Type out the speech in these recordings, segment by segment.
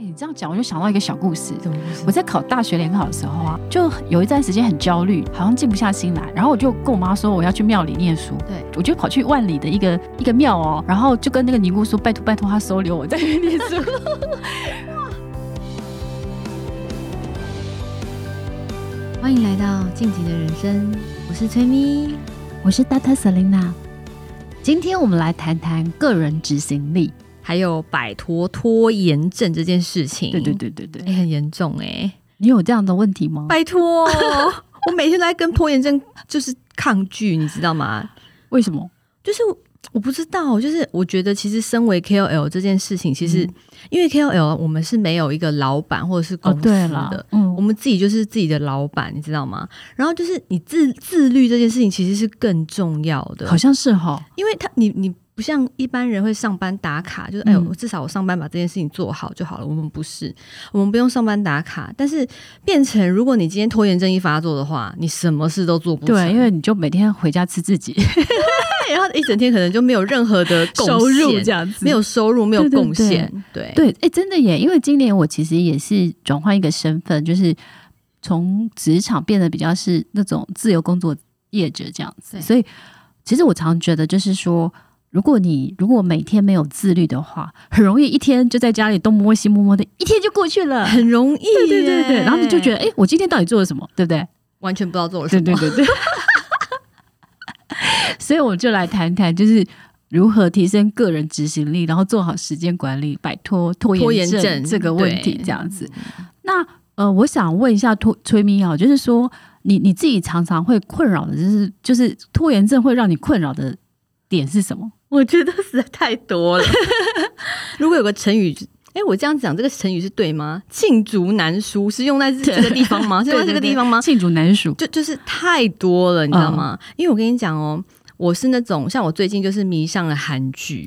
哎、你这样讲，我就想到一个小故事。怎么回事我在考大学联考的时候啊，就有一段时间很焦虑，好像静不下心来。然后我就跟我妈说我要去庙里念书，对，我就跑去万里的一个一个庙哦，然后就跟那个尼姑说拜托拜托她收留我在那边念书。 欢迎来到晋级的人生，我是崔咪。我是 Data Selina，今天我们来谈谈个人执行力。还有摆脱拖延症这件事情，对对，对对对，哎、很严重哎、你有这样的问题吗？拜托， 我每天都在跟拖延症就是抗拒，你知道吗？为什么？就是我不知道，就是我觉得其实身为 KOL 这件事情，其实、嗯因为 KOL 我们是没有一个老板或者是公司对的，了，嗯我们自己就是自己的老板，你知道吗？然后就是你自自律这件事情其实是更重要的，好像是哦哈，因为他你你不像一般人会上班打卡，就是哎呦，嗯我至少我上班把这件事情做好就好了。我们不是，我们不用上班打卡，但是变成如果你今天拖延症一发作的话，你什么事都做不成，对，因为你就每天回家吃自 己对然后一整天可能就没有任何的贡献收入这样子，没有收入，没有对对贡献，对对，哎、真的耶，因为今年我其实也是转换一个身份，就是从职场变得比较是那种自由工作业者这样子，对所以其实我常觉得就是说。如果你如果每天没有自律的话，很容易一天就在家里东摸西摸摸的，一天就过去了。很容易耶，对对对对，然后你就觉得，哎、我今天到底做了什么，对不对？完全不知 道做了什对么，对对对。所以我就来谈谈，就是如何提升个人执行力，然后做好时间管理，摆脱拖拖延延症这个问题对，这样子。那呃，我想问一下拖崔咪啊，就是说你你自己常常会困扰的，就是就是拖延症会让你困扰的点是什么？我觉得实在太多了。 如果有个成语，哎、我这样讲这个成语是对吗？罄竹难书是用在这这个地方吗？是用在这个地方吗？罄竹难书。就就是太多了，你嗯知道吗？因为我跟你讲哦，我是那种像我最近就是迷上了韩剧，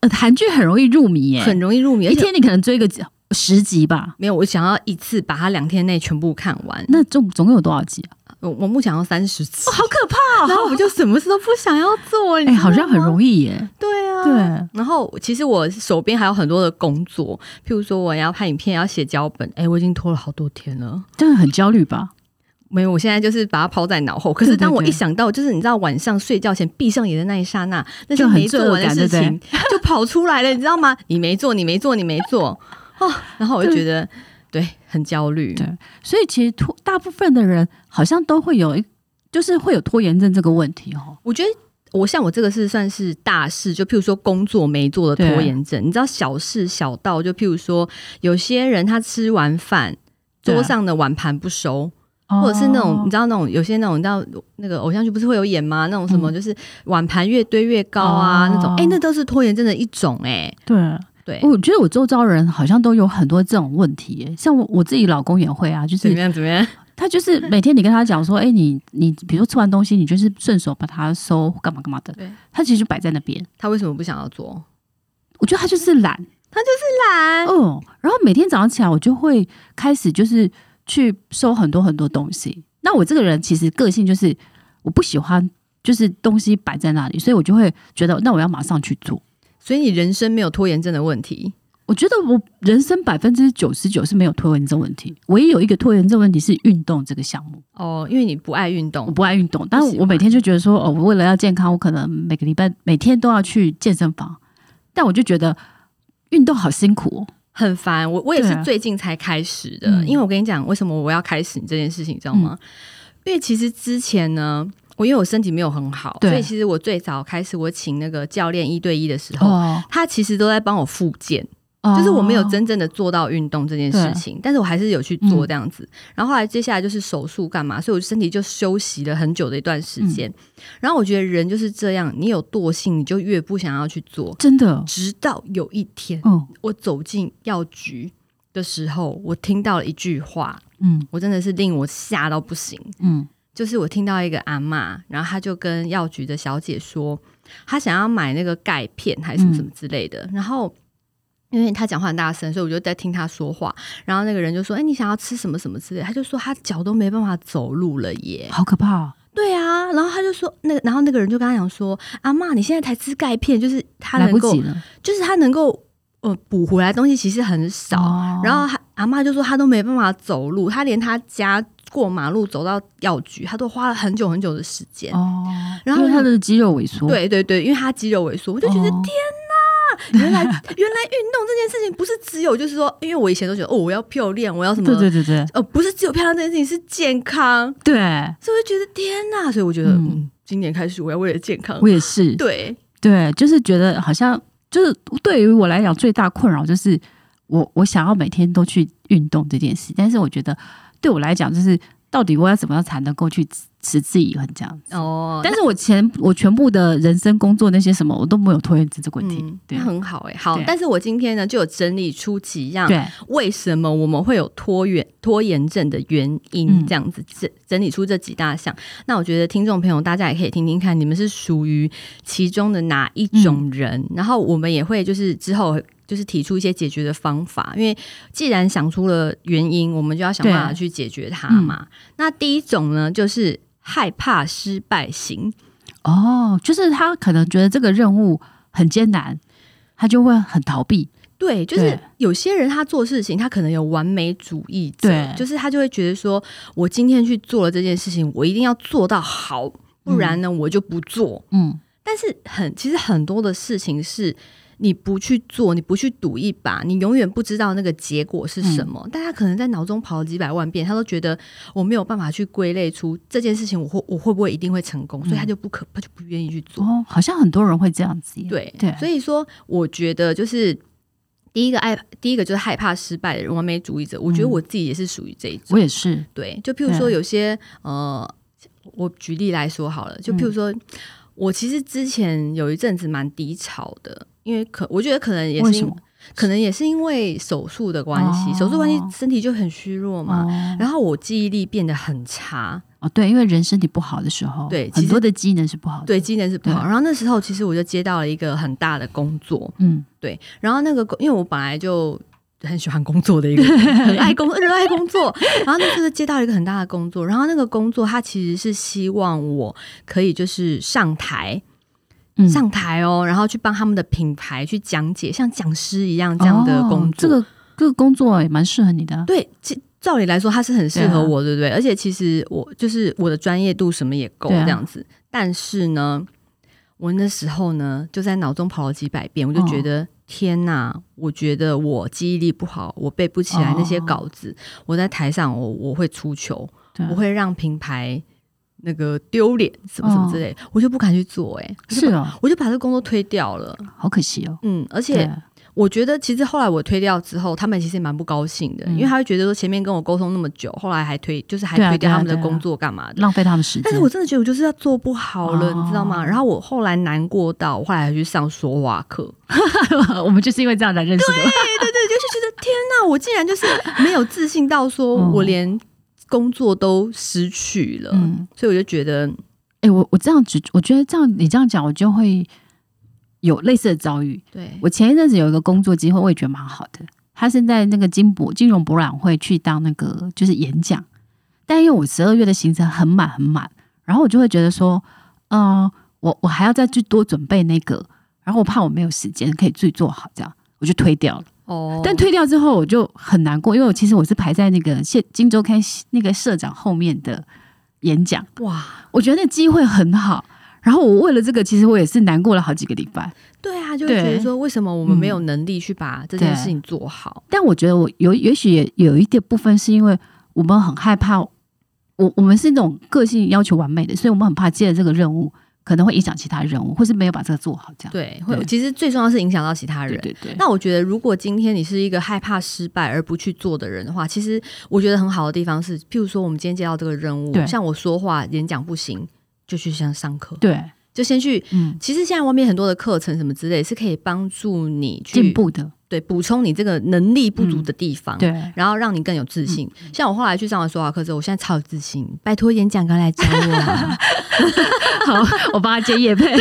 呃，韩剧很容易入迷耶、很容易入迷，而一且天你可能追个几十集吧。没有我想要一次把它两天内全部看完。那总总共有多少集啊？我我目前要三十集，哦好可怕然后我就什么事都不想要做，你哎、知道好像很吗容易耶、对啊，对。然后其实我手边还有很多的工作，譬如说我要拍影片，要写脚本，哎、我已经拖了好多天了。真的很焦虑吧？没有，我现在就是把它抛在脑后。可对是对当我对一想到，就是你知道晚上睡觉前闭上眼的那一刹那，那些就很没做罪恶完的感事对不 情就跑出来了，你知道吗？你没做，你没做，你没做哦。然后我就对觉得，对，很焦虑。对所以其实拖大部分的人好像都会有一，就是会有拖延症这个问题哦。我觉得我像我这个是算是大事，就譬如说工作没做的拖延症，你知道小事小到，就譬如说有些人他吃完饭对啊桌上的碗盘不收，或者是那种你知知道那种有些那种你知道那个偶像剧不是会有演吗？那种什么嗯就是碗盘越堆越高啊、哦那种，哎、那都是拖延症的一种哎、对，对。我觉得我周遭人好像都有很多这种问题耶，像我我自己老公也会啊，就怎么是样？怎么样？他就是每天你跟他讲说，哎、你你比如说吃完东西，你就是顺手把它收干嘛干嘛的，对，他其实就摆在那边，他为什么不想要做？我觉得他就是懒，懒嗯，然后每天早上起来，我就会开始就是去收很多很多东西。那我这个人其实个性就是我不喜欢就是东西摆在那里，所以我就会觉得那我要马上去做。所以你人生没有拖延症的问题，我觉得我人生百分之九十九是没有拖延症问题，唯一有一个拖延症问题是运动这个项目，哦，因为你不爱运我动，不爱运动，但喜我欢每天就觉得说，哦，我为了要健康，我可能每个礼拜每天都要去健身房，但我就觉得运动好辛苦、哦，很烦。我我也对是啊最近才开始的，嗯因为我跟你讲，为什么我要开始你这件事情，你知道吗？因为其实之前呢，我因为我身体没有很好，对所以其实我最早开始我请那个教练一对一的时候，哦，他其实都在帮我复健。就是我没有真正的做到运动这件事情，但是我还是有去做这样子。然后后来接下来就是手术干嘛，所以我身体就休息了很久的一段时间。然后我觉得人就是这样，你有惰性，你就越不想要去做。真的，直到有一天，嗯我走进药局的时候，我听到了一句话，嗯我真的是令我吓到不行。嗯，就是我听到一个阿嬷，然后她就跟药局的小姐说，她想要买那个钙片还是什么什么之类的，然后。因为她讲话很大声，所以我就在听她说话。然后那个人就说：“哎、你想要吃什么什么之类的。”她就说她脚都没办法走路了耶。好可怕、哦。对啊，然后她就说那个，然后那个人就跟她讲说：“阿嬷，你现在才吃钙片，就是她来能不够及，了，就是她能够呃呃补回来的东西其实很少。哦然后他阿妈就说她都没办法走路，她连她家过马路走到药局，她都花了很久很久的时间。哦，然后因为他的肌肉萎缩，，对对对，因为她肌肉萎缩，我就觉得、哦、原来原来运动这件事情不是只有就是说，因为我以前都觉得哦，我要漂亮，我要什么，对对对对呃，不是只有漂亮这件事情，是健康，对，所以我就觉得天哪，所以我觉得嗯嗯今年开始我要为了健康，我也是，对对，就是觉得好像就是对于我来讲最大困扰就是我我想要每天都去运动这件事，但是我觉得对我来讲就是到底我要怎么样才能够去持之以恒这样子。哦但是我前我全部的人生、工作那些什么，我都没有拖延症这个问题。嗯，对那很好哎、好对，但是我今天呢就有整理出几样对，为什么我们会有拖延拖延症的原嗯因，这样子整整理出这几大项。那我觉得听众朋友大家也可以听听看，你们是属于其中的哪一种人？嗯然后我们也会就是之后。就是提出一些解决的方法，因为既然想出了原因，我们就要想办法对啊嗯去解决它嘛。那第一种呢，就是害怕失败型，哦，就是他可能觉得这个任务很艰难，他就会很逃避。对，就是对有些人他做事情，他可能有完美主义者，对就是他就会觉得说，我今天去做了这件事情，我一定要做到好，不然呢我就不做。嗯，但是很其实很多的事情是你不去做，你不去赌一把，你永远不知道那个结果是什嗯么。但他可能在脑中跑了几百万遍，他都觉得我没有办法去归类出这件事情，我会我会不会一定会成功，嗯所以他就不可他就不愿意去做。哦，好像很多人会这样子耶。对对所以说我觉得就是第一个爱，第一个就是害怕失败的人，完美主义者。我觉得嗯我自己也是属于这一种。我也嗯是，对，就譬如说有些呃，我举例来说好了，就嗯譬如说、我其实之前有一阵子蛮低潮的，因为可我觉得可能也为是什因么可能也是因为手术的关系，哦手术关系身体就很虚弱嘛。哦然后我记忆力变得很差，哦，对，因为人身体不好的时候，对其很实多的机能是不好的。对，，机能是不好。对然后那时候其实我就接到了一个很大的工作，嗯，对，然后那个工，因为我本来就很喜欢工作的一个人， 很爱工，热爱工作。然后那时候接到一个很大的工作，然后那个工作他其实是希望我可以就是上台，嗯上台哦，然后去帮他们的品牌去讲解，像讲师一样这样的工哦这作。个这个工作也蛮适合你的啊。对，其照理来说它是很适啊合我，对不对？而且其实我就是我的专业度什么也够对啊这样子，但是呢，我那时候呢就在脑中跑了几百遍，我就嗯觉得、天哪，我觉得我记忆力不好，我背不起来那些哦稿子，我在台上我我会出糗，对啊我会让品牌那个丢脸什么什么之类的，我就不敢去做、欸，哎，嗯是哦，我就把这个工作推掉了。好可惜哦。嗯，而对且，我觉得其实后来我推掉之后，他们其实也蛮不高兴的，嗯因为他会觉得说前面跟我沟通那么久，后来还推就是还对啊推掉对啊他们的对啊工作干嘛的。浪费他们时间。但是我真的觉得我就是要做不好了，哦你知道吗？然后我后来难过到，我后来还去上说话 课，我我们就是因为这样才认识的。对对，就是觉得天哪，我竟然就是没有自信到说嗯我连工作都失去了，嗯，所以我就觉得哎，我我这样子，我觉得这样你这样讲，我就会有类似的遭遇。对，我前一阵子有一个工作机会，我也觉得蛮好的。他是在那个金博金融博览会去当那个就是演讲，但因为我十二月的行程很满很满，然后我就会觉得说，嗯、我我还要再去多准备那个，然后我怕我没有时间可以自己做好，这样我就推掉了。哦，但推掉之后我就很难过，因为我其实我是排在那个现金周刊那个社长后面的演讲，哇，我觉得那机会很好。然后我为了这个，其实我也是难过了好几个礼拜。对啊，就会觉得对说为什么我们嗯没有能力去把这件对事情做好？但我觉得我有也许也有一点部分是因为我们很害怕，我我们是那种个性要求完美的，所以我们很怕接了这个任务可能会影响其他任务，或是没有把这个做好这样。对，会对其实最重要是影响到其他人。对对，那我觉得，如果今天你是一个害怕失败而不去做的人的话，其实我觉得很好的地方是，譬如说我们今天接到这个任务对，像我说话演讲不行，就去先上课，对，就先去。嗯，其实现在外面很多的课程什么之类，是可以帮助你去进，步的，对，补充你这个能力不足的地方。对，嗯然后让你更有自信。像我后来去上完说话课之后，我现在超有自信。拜托演讲哥来教我啊、 好，我帮他接叶 配。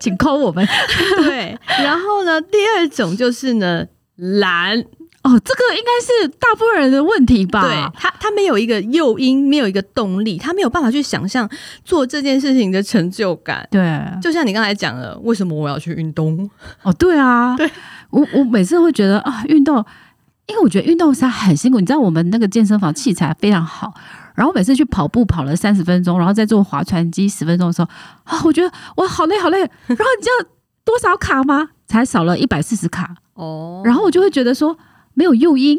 请扣我们 对，然后呢，第二种就是呢，懒。哦，这个应该是大部分人的问题吧？对他，他没有一个诱因，没有一个动力，他没有办法去想象做这件事情的成就感。对，就像你刚才讲的，为什么我要去运动？哦，对啊， 对我我每次会觉得啊，运动，因为我觉得运动实在很辛苦。你知道我们那个健身房器材非常好，然后每次去跑步跑了三十分钟，然后再做划船机十分钟的时候，啊，我觉得我好累 好累。然后你知道多少卡吗？才少了一百四十卡，哦然后我就会觉得说没有诱因，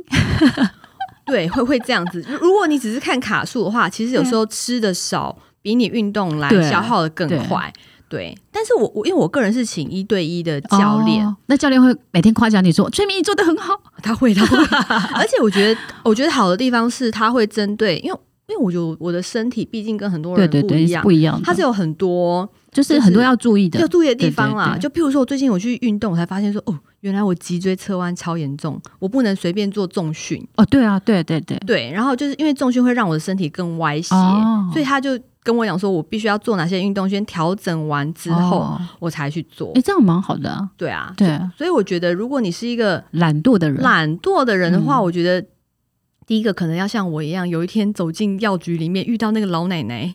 对，会会这样子。如果你只是看卡数的话，其实有时候吃的少，比你运动来对消耗的更对快。对，但是我我因为我个人是请一对一的 教练，哦那教练会每天夸奖你说：“崔明你做的很好。他会， 他会。而且我觉得，我觉得好的地方是，他会针对，因为因为我觉得我的身体毕竟跟很”多对人对不对，一是样，不一样的，它是有很多就是很多要注意的要，注意的地方啦。对对对就譬如说，我最近我去运动，我才发现说，哦，原来我脊椎侧弯超严重，我不能随便做重训。哦，对啊，对对对，对，然后就是因为重训会让我的身体更歪斜，哦所以他就跟我讲说，我必须要做哪些运动，先调整完之后，哦我才去做哎、。这样蛮好的啊、对啊，对啊，所以我觉得，如果你是一个懒惰的人，懒惰的人的话，嗯我觉得第一个可能要像我一样，有一天走进药局里面遇到那个老奶奶，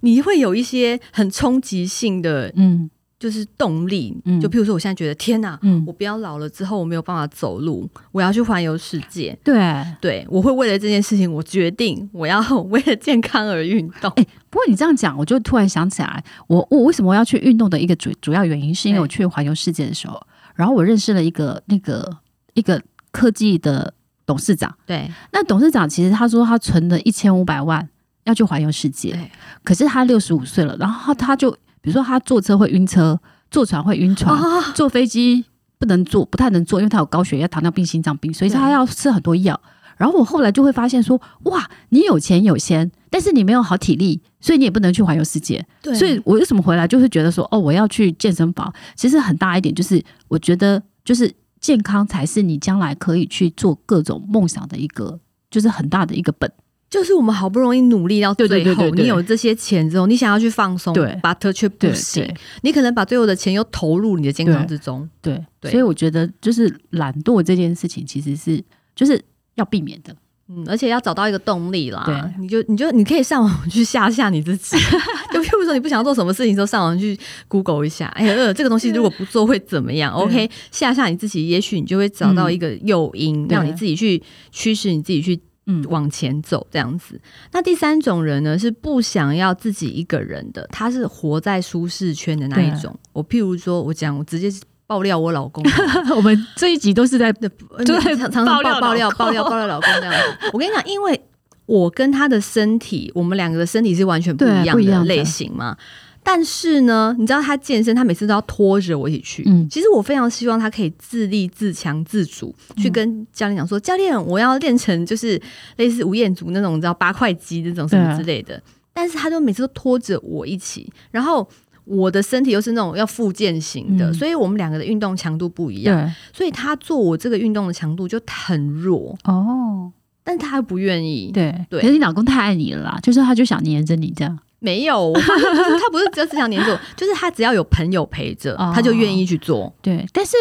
你会有一些很冲击性的，嗯就是动力。嗯就譬如说，我现在觉得天哪、嗯我，不要老了之后我没有办法走路，我要去环游世界。对。哎、对，我会为了这件事情，我决定我要 为了健康而运动。不过你这样讲，我就突然想起来，我我为什么要去运动的一个主主要原因，是因为对我去环游世界的时候，然后我认识了一个那个一个科技的董事长。对，那董事长其实他说他存了一千五百万要去环游世界对，可是他六十五岁了，然后他就比如说他坐车会晕车，坐船会晕船，啊，坐飞机不能坐，不太能坐，因为他有高血压、糖尿病、心脏病，所以对他要吃很多药。然后我后来就会发现说，哇，你有钱有闲，但是你没有好体力，所以你也不能去环游世界。对，所以我为什么回来就会觉得说，哦，我要去健身房。其实很大一点就是，我觉得就是健康才是你将来可以去做各种梦想的一个，就是很大的一个本。就是我们好不容易努力到最对后，对对对对你有这些钱之后，你想要去放松，对把特却不对行对。你可能把最后的钱又投入你的健康之中。对，对所以我觉得就是懒惰这件事情其实是就是要避免的。嗯，而且要找到一个动力啦，对你就你就你可以上网 去吓吓你自己， 就譬如说你不想做什么事情的时候，上网去 Google 一下，哎呀，呃这个东西如果不做会怎么样？OK，吓吓你自己，也许你就会找到一个诱因，嗯对让你自己去驱使你自己去嗯，往前走这样子。那第三种人呢，是不想要自己一个人的，他是活在舒适圈的那一种。我譬如说，我讲，我直接爆料我老公， 我们这一集都是在就常是常常爆爆料爆料老公爆料爆料老公这样子。我跟你讲，因为我跟他的身体，我们两个的身体是完全不对一样不一样的的类型嘛。但是呢，你知道他健身，他每次都要拖着我一起去。嗯其实我非常希望他可以自立、自强、自主，去嗯跟教练讲说：“教练，我要练成就是类似吴彦祖那种，你知道八块肌那种什么对之类的。”但是他就每次都拖着我一起，然后我的身体又是那种要复健型的，嗯所以我们两个的运动强度不一样。对所以他做我这个运动的强度就很弱，哦，但他又不愿意。对对可是你老公太爱你了啦，就是他就想黏着你这样。没有，我发现就是 他不是只有只想黏着我，就是他只要有朋友陪着，哦他就愿意去做。对，但是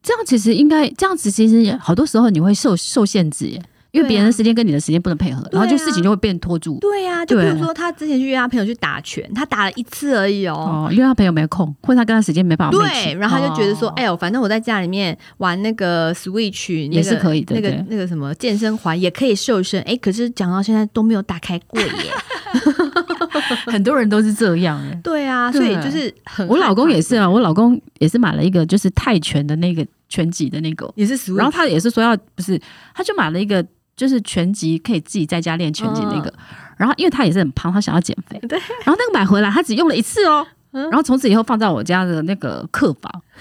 这样其实应该这样子，其实好多时候你会受受限制耶，因为别人的时间跟你的时间不能配合，啊然后就事情就会变拖住。对呀、就比对如说他之前去约他朋友去打拳，他打了一次而已哦。哦，因为他朋友没有空，或者他跟他时间没办法 match。对，然后他就觉得说，哦哎、呦，反正我在家里面玩那个 Switch 那个也是可以的那个对那个什么健身环也可以瘦身，哎、可是讲到现在都没有打开过 耶。很多人都是这样耶。对啊，所对以就是很，我老公也是，啊，我老公也是买了一个就是泰拳的那个拳击的那个，也是 Switch，然后他也是说要不是，他就买了一个就是拳击可以自己在家练拳击那个，然后因为他也是很胖，他想要减肥，嗯 对，嗯然后那个买回来他只用了一次哦。然后从此以后放在我家的那个客房，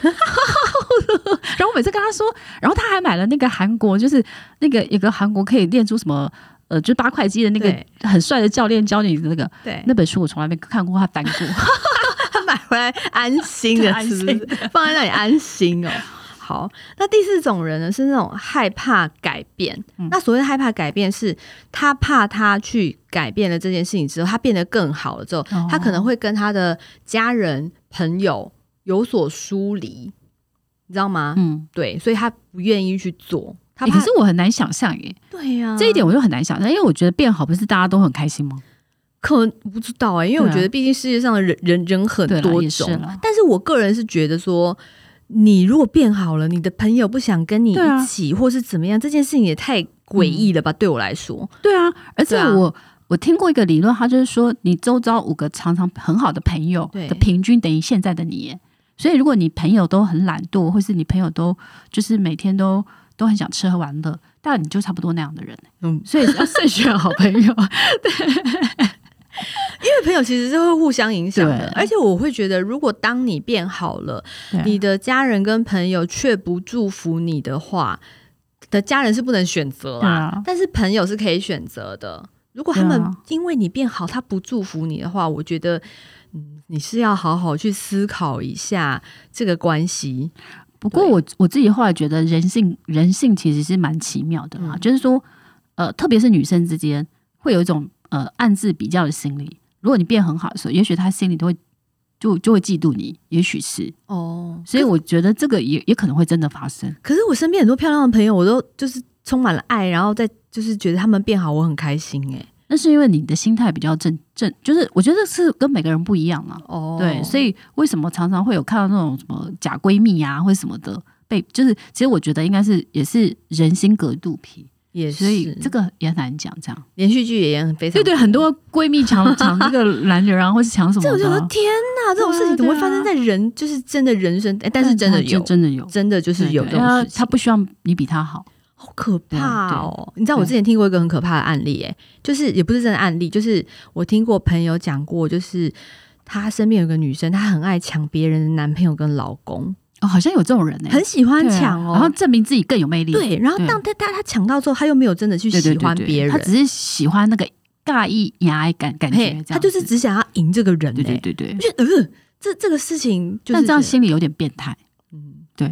然后我每次跟他说，然后他还买了那个韩国，就是那个有个韩国可以练出什么呃，就是八块肌的那个对很帅的教练教你的那个对那本书，我从来没看过，他 翻过。买回来安心的，安是心不的是？ 放在那里安心哦。好，那第四种人呢是那种害怕改变。嗯那所谓的害怕改变是，他怕他去改变了这件事情之后，他变得更好了之后，哦他可能会跟他的家人、朋友有所疏离，你知道吗？嗯，对，所以他不愿意去做。他欸怕、嗯可是我很难想象耶，对呀、这一点我就很难想象，因为我觉得变好不是大家都很开心吗？可不知道哎、因为我对啊觉得毕竟世界上的人人人很对啦多也是种，啦但是我个人是觉得说。你如果变好了，你的朋友不想跟你对啊嗯一起，或是怎么样，这件事情也太诡异了吧？对我来说，对啊，而且对啊我、我听过一个理论，他就是说，你周遭五个常常很好的朋友对的平均等于现在的你耶。所以，如果你朋友都很懒惰，或是你朋友都就是每天都都很想吃喝玩乐，但你就差不多那样的人。嗯，所以要慎选好朋 友。因为朋友其实是会互相影响的对，啊而且我会觉得，如果当你变好了，你的家人跟朋友却不祝福你的话，的家人是不能选择啦，对啊但是朋友是可以选择的。如果他对啊们因为你变好，他不祝福你的话，我觉得，嗯，你是要好好去思考一下这个关系。不过对我我自己后来觉得人性人性其实是蛮奇妙的啦，嗯就是说，呃，特别是女生之间会有一种呃暗自比较的心理。如果你变很好的时候，也许她心里都会就就会嫉妒你，也许是。哦，所以我觉得这个也也可能会真的发生。可是我身边很多漂亮的朋友，我都就是充满了爱，然后再就是觉得他们变好，我很开心哎、那是因为你的心态比较正正，就是我觉得是跟每个人不一样啊。哦，对，所以为什么常常会有看到那种什么假闺蜜啊，或什么的被，就是其实我觉得应该是也是人心隔肚皮，也是所以这个也很难讲。这样连续剧也很非常对对，很多闺蜜 抢抢这个男人啊，或是抢什这么我就的说啊，天哪，这种事情怎么会发生在人？就是真的人生，啊哎但是真的就有，真的有，真的就是有对这对他种事他情，不希望你比他好，好可怕哦！你知道嗯对嗯我之前听过一个很可怕的案例，哎，就是也不是真的案例，就是我听过朋友讲过，就是她身边有个女生，她很爱抢别人的男朋友跟老公，哦，好像有这种人呢、很喜欢对啊抢然后哦。证明自己更有魅力，对，然后对当她她她抢到之后，她又没有真的去对对喜对欢对别他只人，是喜欢那个尬意牙感感觉这嘿样，子，她就是只想要赢这个人对对哎。对对我，觉得呃，这这个事情就是但这样觉得心里有点变态。嗯 对，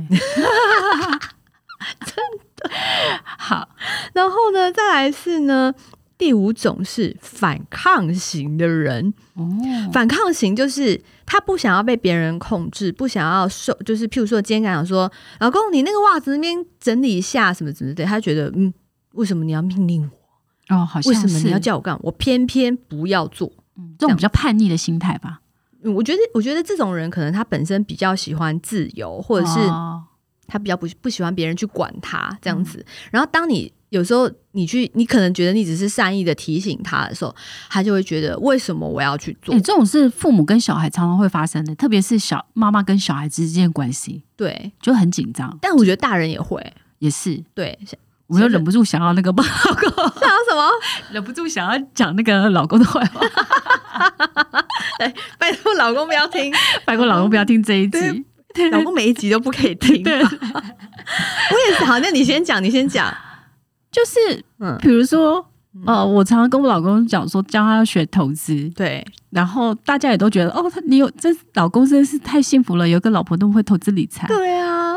好，然后呢，再来是呢，第五种是反抗型的人。哦，反抗型就是他不想要被别人控制，不想要受，就是譬如说今天讲说，老公你那个袜子那边整理一下什么什么的，他觉得嗯，为什么你要命令我？哦，好为像什么是你要叫我干？我偏偏不要做。嗯这种比较叛逆的心态吧，嗯我觉得，我觉得这种人可能他本身比较喜欢自由，或者是哦他比较不不喜欢别人去管他这样子。嗯然后当你有时候你去，你可能觉得你只是善意的提醒他的时候，他就会觉得为什么我要去做？诶这种是父母跟小孩常常会发生的，特别是小妈妈跟小孩之间的关系对，就很紧张，但我觉得大人也会也是，对。想我又是的忍不住想要那个 老公，想什么？忍不住想要讲那个老公的坏 话，拜托老公不要听，拜托老公不要听这一集 对。啊老公每一集都不可以听吧。对我也是。好，那你先讲，你先讲。就是嗯，比如说，呃，我常常跟我老公讲说，教他学投资，对，然后大家也都觉得哦，他你有这老公真是太幸福了，有一个老婆那么会投资理财。对啊，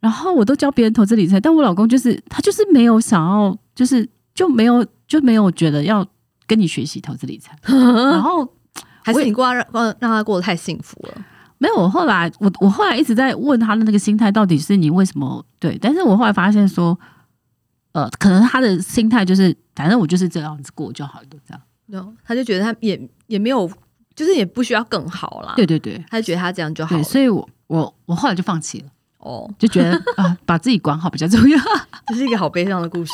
然后我都教别人投资理财，但我老公就是他就是没有想要，就是就没有就没有觉得要跟你学习投资理 财。然后还我是也你过让让让他过得太幸福了。没有，我后来我我后来一直在问他的那个心态到底是你为什么对，但是我后来发现说，呃，可能他的心态就是反正我就是这样子过就好了，这样。 No，他就觉得他也也没有，就是也不需要更好啦。对对对他就觉得他这样就啊好对，了。所以我我我后来就放弃了，哦，就 觉得啊，把自己管好比较重要。这是一个好悲伤的 故事。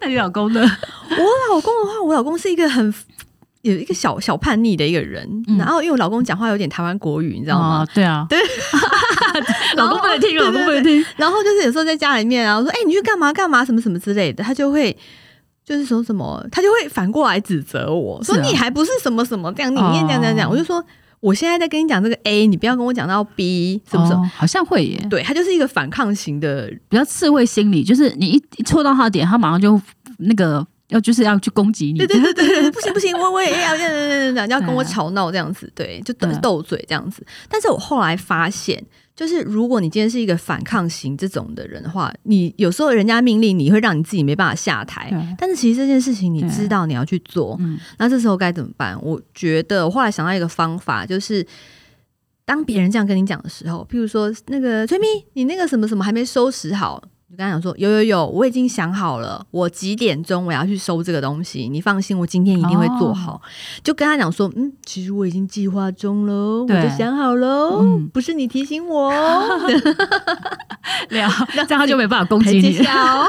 那你老公 呢？我老公的话，我老公是一个很有一个小小叛逆的一个人，嗯然后因为我老公讲话有点台湾国语，你知道吗？哦？对啊，对，然老后公不能听， 对老公不对能听。然后就是有时候在家里面，然后说：“哎、你去干嘛干嘛什么什么之类的。”他就会就是说什么，他就会反过来指责我是说啊：“你还不是什么什么这样，你念这样这样这样。哦我就说：“我现在在跟你讲这个 A，你不要跟我讲到 B 什么什么。哦？好像会耶，对他就是一个反抗型的，比较刺猬心理，就是你一一戳到他的点，他马上就那个要就是要去攻击你。对对对对对，不行不行，我我也要这样这样这样这样，要跟我对啊吵闹这样子，对，就斗对啊斗嘴这样子。但是我后来发现，就是如果你今天是一个反抗型这种的人的话，你有时候人家命令你会让你自己没办法下台对，但是其实这件事情你对啊知道你要去做，嗯，那这时候该怎么办？我觉得我后来想到一个方法，就是当别人这样跟你讲的时候，譬如说那个崔咪，你那个什么什么还没收拾好，就跟他讲说，有有有，我已经想好了，我几点钟我要去收这个东西，你放心，我今天一定会做好。哦就跟他讲说，嗯，其实我已经计划中喽，我对就想好喽，嗯不是你提 醒我哦，聊，啊这样他就没办法攻台 击阶你。下 哦，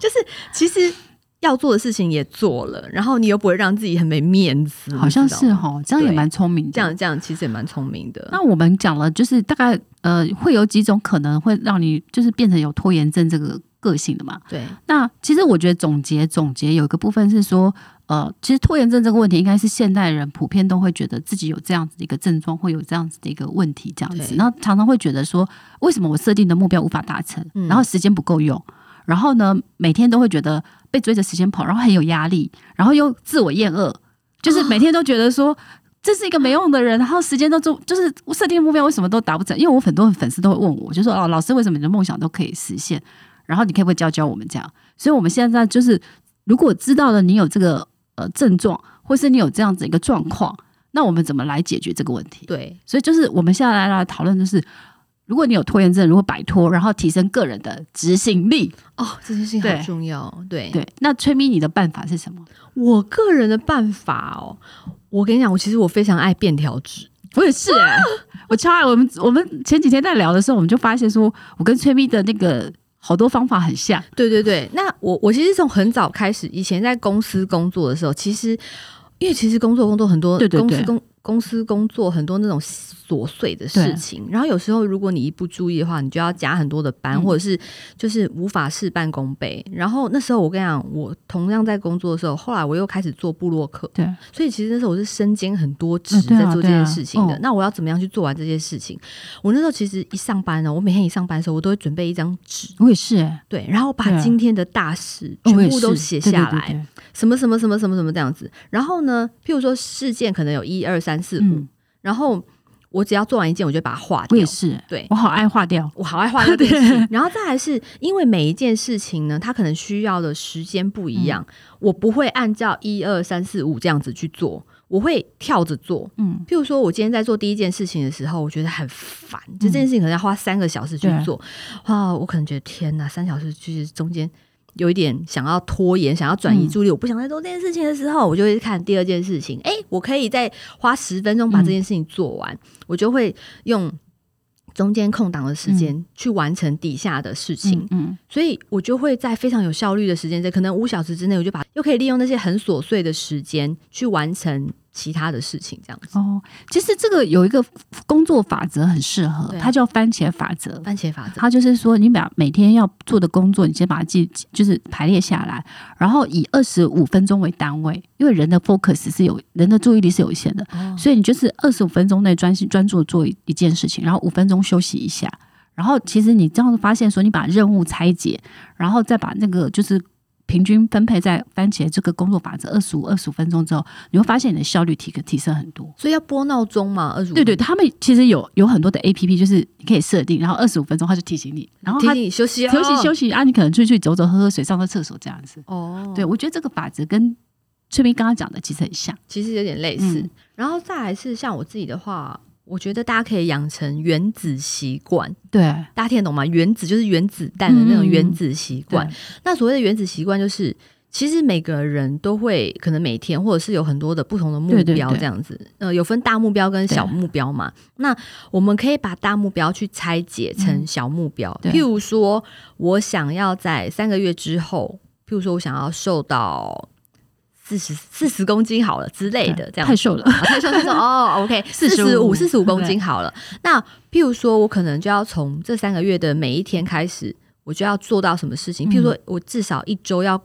就是其实要做的事情也做了，然后你又不会让自己很没面 子，好像你知是道吗哈，这样也对蛮聪明的。这样，这样其实也蛮聪明的。那我们讲了，就是大概呃，会有几种可能会让你就是变成有拖延症这个个性的嘛？对，那其实我觉得总结总结有一个部分是说，呃，其实拖延症这个问题应该是现代人普遍都会觉得自己有这样子的一个症状，会有这样子的一个问题，这样子，对然后常常会觉得说，为什么我设定的目标无法达成，嗯然后时间不够用，然后呢，每天都会觉得被追着时间跑，然后很有压力，然后又自我厌恶，啊就是每天都觉得说。这是一个没用的人，然后时间都做，就是我设定的目标为什么都达不成？因为我很多粉丝都会问我，就说哦，老师为什么你的梦想都可以实现？然后你可不可以教教我们这样？所以我们现在就是，如果知道了你有这个呃症状，或是你有这样子一个状况，那我们怎么来解决这个问题？对，所以就是我们现在来来讨论，就是如果你有拖延症，如何摆脱，然后提升个人的执行力。哦，这件事情对好重要。哦对，对，那崔咪你的办法是什么？我个人的办法哦，我跟你讲，我其实我非常爱便条纸。我也是哎、我超爱我们我们前几天在聊的时候，我们就发现说我跟崔咪的那个好多方法很像，对对对，那我我其实从很早开始，以前在公司工作的时候，其实因为其实工作工作很多，对对对公司工公司工作很多那种琐碎的事情，然后有时候如果你一不注意的话，你就要加很多的班，嗯或者是就是无法事半功倍。然后那时候我跟你讲，我同样在工作的时候，后来我又开始做部落客，对，所以其实那时候我是身兼很多职嗯对啊在做这件事情的。对啊哦那我要怎么样去做完这些事情？我那时候其实一上班呢，我每天一上班的时候，我都会准备一张纸，我也是哎、对，然后对把啊今天的大事我全也部是都写对对下对来，对什么什么什么什么什么这样子。然后呢，譬如说事件可能有一二三四五，嗯，然后我只要做完一件，我就把它划我掉也。是，欸对我好爱划掉，我好爱画这件 事，然后再来是因为每一件事情呢，它可能需要的时间不一样，嗯我不会按照一二三四五这样子去做，我会跳着做。嗯。譬如说，我今天在做第一件事情的时候，我觉得很烦，就这件事情可能要花三个小时去嗯对做，哇，我可能觉得天哪，三小时就是中间有一点想要拖延，想要转嗯移注意力，我不想再做这件事情的时候，我就会看第二件事情，诶，我可以再花十分钟把嗯这件事情做完，我就会用。中间空档的时间去完成底下的事情，嗯，所以我就会在非常有效率的时间内，可能五小时之内，我就把又可以利用那些很琐碎的时间去完成其他的事情，这样子。嗯哦，其实这个有一个工作法则很适合，对它叫番茄法则。番茄法则，它就是说，你把每天要做的工作，你先把它记，就是排列下来，然后以二十五分钟为单位，因为人的 focus 是有人的注意力是有限的，哦所以你就是二十五分钟内专心专注做一件事情，然后五分钟休息一下。然后其实你这样子发现说，你把任务拆解，然后再把那个就是平均分配在番茄这个工作法则二十五二十五分钟之后，你会发现你的效率提提升很多。所以要拨闹钟嘛，二十五对对，他们其实有有很多的 A P P，就是你可以设定，然后二十五分钟他就提醒你，然后提他醒你休息、哦，休息休息啊，你可能出去走走喝喝水、上个厕所这样子。哦，对，，我觉得这个法则跟翠明刚刚讲的其实很像。其实有点类似。嗯然后再来是像我自己的话，我觉得大家可以养成原子习惯，对，大家听得懂吗？原子就是原子弹的那种嗯原子习惯。对那所谓的原子习惯就是。其实每个人都会可能每天或者是有很多的不同的目对对标对这样子，呃，有分大目标跟小目标嘛。那我们可以把大目标去拆解成小目标，嗯对譬如说我想要在三个月之后，譬如说我想要瘦到四十四十公斤好了之类的，这样太瘦了。 啊他说：“他说哦，OK，四十五、 45四十五公斤好了。那譬如说，我可能就要从这三个月的每一天开始，我就要做到什么事情？譬如说，我至少一周要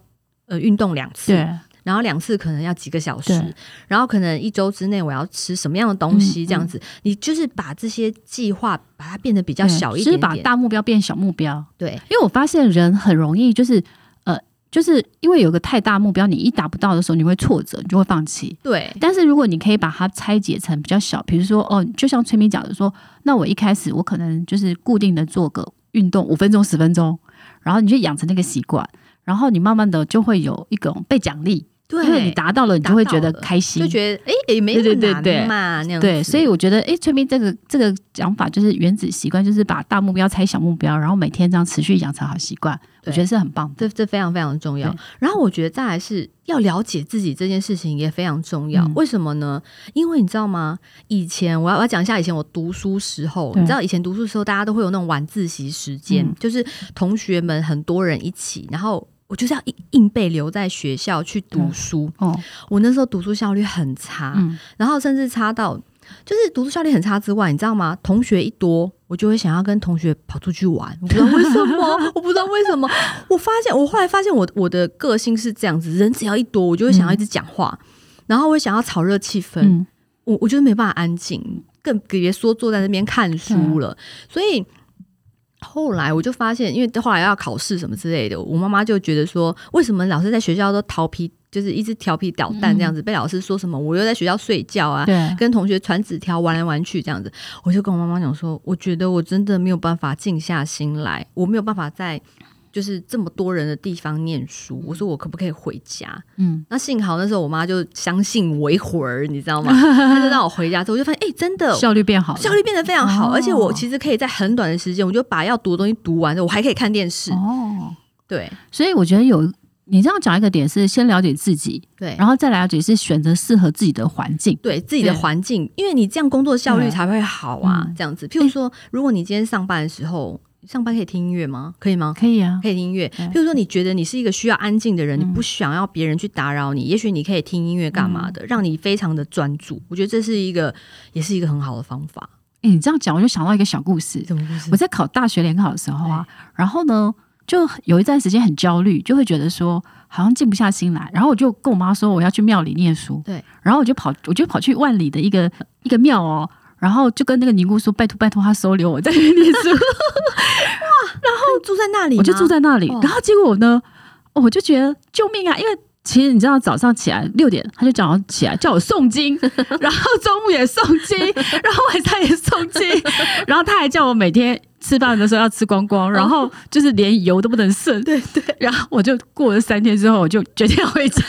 呃运动两嗯次，对，然后两次可能要几个小对时，然后可能一周之内我要吃什么样的东西？嗯这样子，你就是把这些计划把它变得比较对小一就是点把点，大目标变小目标。对因为我发现人很容易就是呃，就是因为有个太大目标，你一达不到的时候，你会挫折，你就会放弃。对但是如果你可以把它拆解成比较小，比如说哦，就像崔明讲的说，那我一开始我可能就是固定的做个运动五分钟十分钟，然后你就养成那个习惯，然后你慢慢的就会有一种被奖励，因为你对，达到了，你就会觉得达到了开心，就觉得哎哎、诶没对那对么对对难嘛，那样对，子所以我觉得，诶，崔斌这个这个讲法就是原子习惯，就是把大目标拆小目标，然后每天这样持续养成好习惯，我对觉得是很棒的。这这非常非常重要对。然后我觉得再来是要了解自己这件事情也非常重要。嗯为什么呢？因为你知道吗？以前我要我要讲一下以前我读书时候，对你知道以前读书时候大家都会有那种晚自习时间，嗯就是同学们很多人一起，然后。我就是要硬硬被留在学校去读对书。哦，我那时候读书效率很差，嗯，然后甚至差到就是读书效率很差之外，你知道吗？同学一多，我就会想要跟同学跑出去玩，我不知道为什么，我不知道为什么。我发现，我后来发现我我的个性是这样子，人只要一多，我就会想要一直讲话，然后我会想要炒热气氛，嗯，我我觉得没办法安静，更别说坐在那边看书了。所以后来我就发现，因为后来要考试什么之类的，我妈妈就觉得说，为什么老师在学校都调皮，就是一直调皮捣蛋这样子，被老师说什么，我又在学校睡觉啊，对，跟同学传纸条玩来玩去这样子，我就跟我妈妈讲说，我觉得我真的没有办法静下心来，我没有办法在就是这么多人的地方念书。我说我可不可以回家？嗯，那幸好那时候我妈就相信我一会儿，你知 道吗？她就让我回家之后，我就发现哎、真的。效率变好了，效率变得非常好，哦而且我其实可以在很短的时间，我就把要读的东西读完了，我还可以看电视。哦。对所以我觉得有你这样讲一个点是，先了解自己，对，然后再了解是选择适合自己的环境。对自己的对环境，因为你这样工作效率对才会好啊。嗯这样子，譬如说，如果你今天上班的时候，上班可以听音乐吗？可以吗？可以啊，可以听音乐。对譬如说，你觉得你是一个需要安静的人，嗯你不想要别人去打扰你，也许你可以听音乐干嘛嗯的，让你非常的专注。我觉得这是一个，也是一个很好的方法。诶你这样讲，我就想到一个小故事。什么故事我？在考大学联考的时候啊，然后呢，就有一段时间很焦虑，就会觉得说好像静不下心来。然后我就跟我妈说我要去庙里念书，对，然后我就跑，我就跑去万里的一个一个庙哦，然后就跟那个尼姑说拜托拜托，她收留我在那边念书，哦，住在那里吗，我就住在那里哦。然后结果呢，哦我就觉得救命啊，因为。其实你知道，早上起来六点，他就叫我起来，叫我诵经， 然后中午也诵经，然后晚上也诵经，然后他还叫我每天吃饭的时候要吃光光，然后就是连油都不能剩。对对。然后我就过了三天之后，我就决定要回家，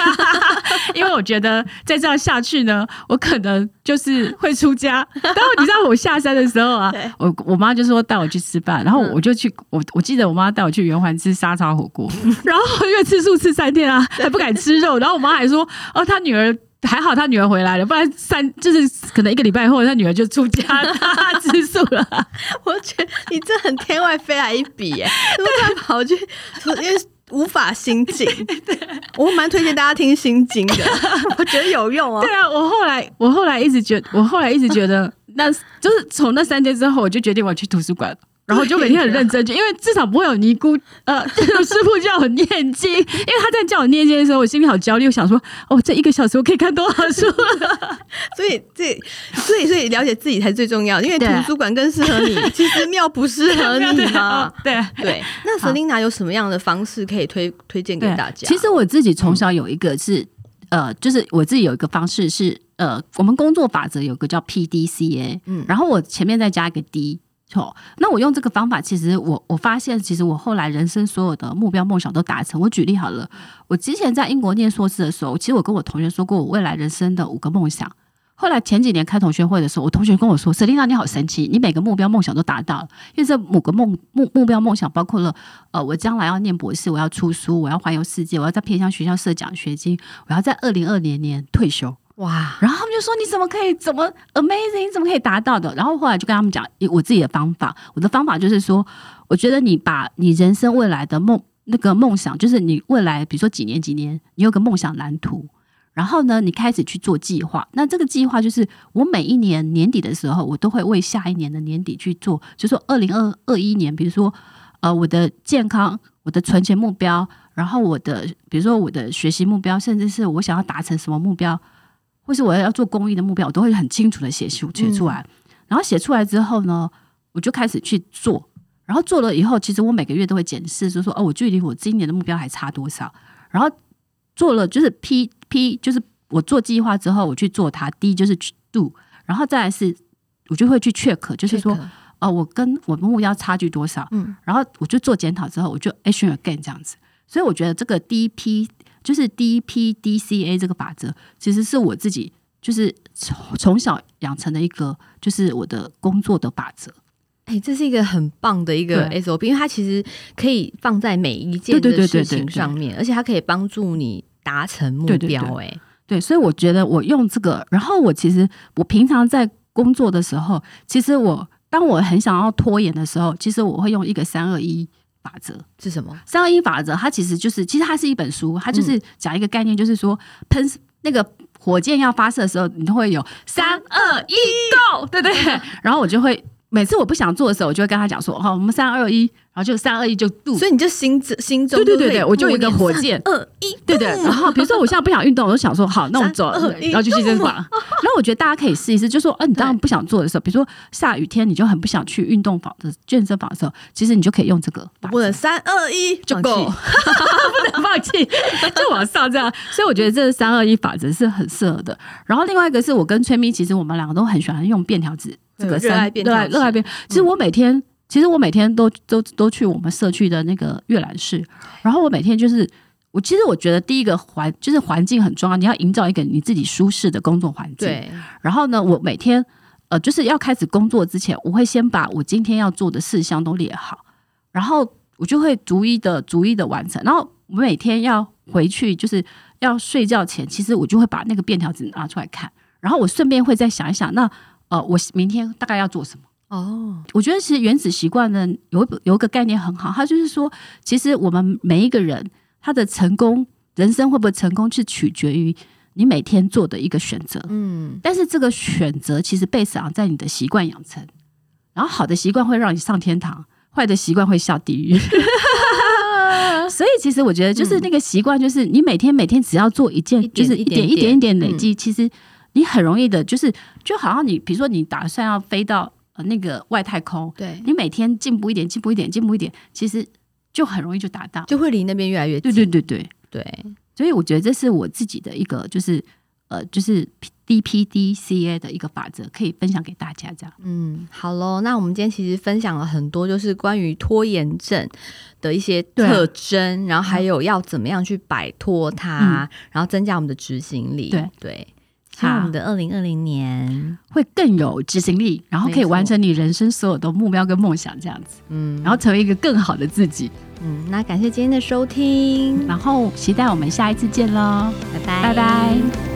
因为我觉得再这样下去呢，我可能就是会出家。然后你知道我下山的时候啊对，我我妈就说带我去吃饭，然后我就去，我我记得我妈带我去圆环吃沙茶火锅，然后因为吃素吃三天啊，还不敢吃肉，然后我妈还说，哦，她女儿。还好她女儿回来了，不然三就是可能一个礼拜后，她女儿就出家 吃素了。 我觉得你这很天外飞来一笔耶，没办啊法，我觉得因为无法 心境。我蛮推荐大家听心经的， 我觉得有用哦对。啊，我后来我后来一直觉我后来一直觉 得，那就是从那三天之后，我就决定我去图书馆。然后我就每天很认真，就因为至少不会有尼姑， 呃，师傅叫我念经，因为他在叫我念经的时候，我心里好焦虑，我想说，哦，这一个小时我可以看多少书？所以这，所以所以了解自己才最重要，因为图对书馆更适合你，其实庙不适 合你嘛。哦对，对，那 Selina 有什么样的方式可以推推荐给对大家？其实我自己从小有一个是，呃，就是我自己有一个方式是，呃，我们工作法则有个叫 PDCA，嗯然后我前面再加一个 D。哦，那我用这个方法，其实我我发现，其实我后来人生所有的目标梦想都达成。我举例好了，我之前在英国念硕士的时候，其实我跟我同学说过我未来人生的五个梦想。后来前几年开同学会的时候，我同学跟我说：“Selina，你好神奇，你每个目标梦想都达到了。因为这五个梦目目标梦想包括了呃，我将来要念博士，我要出书，我要环游世界，我要在偏乡学校设奖学金，我要在二零二零年退休。哇，然后他们就说：“你怎么可以怎么 amazing？你怎么可以达到的？”然后后来就跟他们讲诶我自己的方法，我的方法就是说，我觉得你把你人生未来的梦那个梦想，就是你未来比如说几年几年，你有个梦想蓝图。然后呢，你开始去做计划。那这个计划就是，我每一年年底的时候，我都会为下一年的年底去做，就说二零二二一年，比如说，呃，我的健康、我的存钱目标，然后我的，比如说我的学习目标，甚至是我想要达成什么目标，或是我要做公益的目标，我都会很清楚的写出写出来。然后写出来之后呢，我就开始去做。然后做了以后，其实我每个月都会检视，就说哦，我距离我今年的目标还差多少。然后做了就是 P P，就是我做计划之后，我去做它。D 就是去 do，然后再来是，我就会去 check，就是说 Check 哦，我跟我目标差距多少。嗯，然后我就做检讨之后，我就 action again 这样子。所以我觉得这个 DP 就是 DPDCA 这个法则，其实是我自己就是从从小养成的一个，就是我的工作的法则。哎、这是一个很棒的一个对 SOP，因为它其实可以放在每一件对对的对事对对情对上面，而且它可以帮助你达成目对对对标、哎，对，所以我觉得我用这个，然后我其实我平常在工作的时候，其实我当我很想要拖延的时候，其实我会用一个三二一法则。是什么？三二一法则，它其实就是，其实它是一本书，它嗯就是讲一个概念，就是说喷那个火箭要发射的时候，你都会有三二一 go，对对 对。然后我就会每次我不想做的时候，我就会跟他讲说，哦，我们三二一，然后就三二一就 do。所以你就心心中嗯对对对对，会我就有一个默念火箭，二一，对对，啊然后比如说我现在不想运动，我就想说好，那我们走，三二一然后去健身房。然后我觉得大家可以试一试，就说，嗯、你当然不想做的时候，比如说下雨天，你就很不想去运动房的健身房的时候，其实你就可以用这个我法不则能三二一就放够， 弃不能放 弃，就往上这样。所以我觉得这三二一法则是很适合的。然后另外一个是我跟崔咪，其实我们两个都很喜欢用便条纸，这个嗯热三爱便条热爱纸嗯热爱便。其实我每天，其实我每天都都都去我们社区的那个阅览室，然后我每天就是。我其实我觉得第一个环就是环境很重要，你要营造一个你自己舒适的工作环境。对，然后呢，我每天呃，就是要开始工作之前，我会先把我今天要做的事项都列好，然后我就会逐一的、逐一的完成。然后我每天要回去，就是要睡觉前，其实我就会把那个便条纸拿出来看，然后我顺便会再想一想，那呃，我明天大概要做什么。哦，我觉得其实原子习惯呢，有一本有一个概念很好，它就是说，其实我们每一个人他的成功，人生会不会成功，是取决于你每天做的一个选择。嗯，但是这个选择其实被赏在你的习惯养成，然后好的习惯会让你上天堂，坏的习惯会下地 狱。所以其实我觉得，就是那个习惯，就是你每天每天只要做一件，一就点是一一点嗯点一点一点累积，其实你很容易的，就是就好像你比如说你打算要飞到呃那个外太空，对，你每天进步一点，进步一点，进步一点，其实就很容易就达到。就会离那边越来越对近，对对对，对，所以我觉得这是我自己的一个，就是呃，就是 D P D C A 的一个法则，可以分享给大家。这样，嗯，好喽，那我们今天其实分享了很多，就是关于拖延症的一些对啊特征，然后还有要怎么样去摆脱它，然后增加我们的执行力，对嗯对。希望我们的二零二零年，会更有执行力，然后可没以错完成你人生所有的目标跟梦想，这样子，嗯，然后成为一个更好的自己。嗯，那感谢今天的收听，然后期待我们下一次见喽，拜拜，拜拜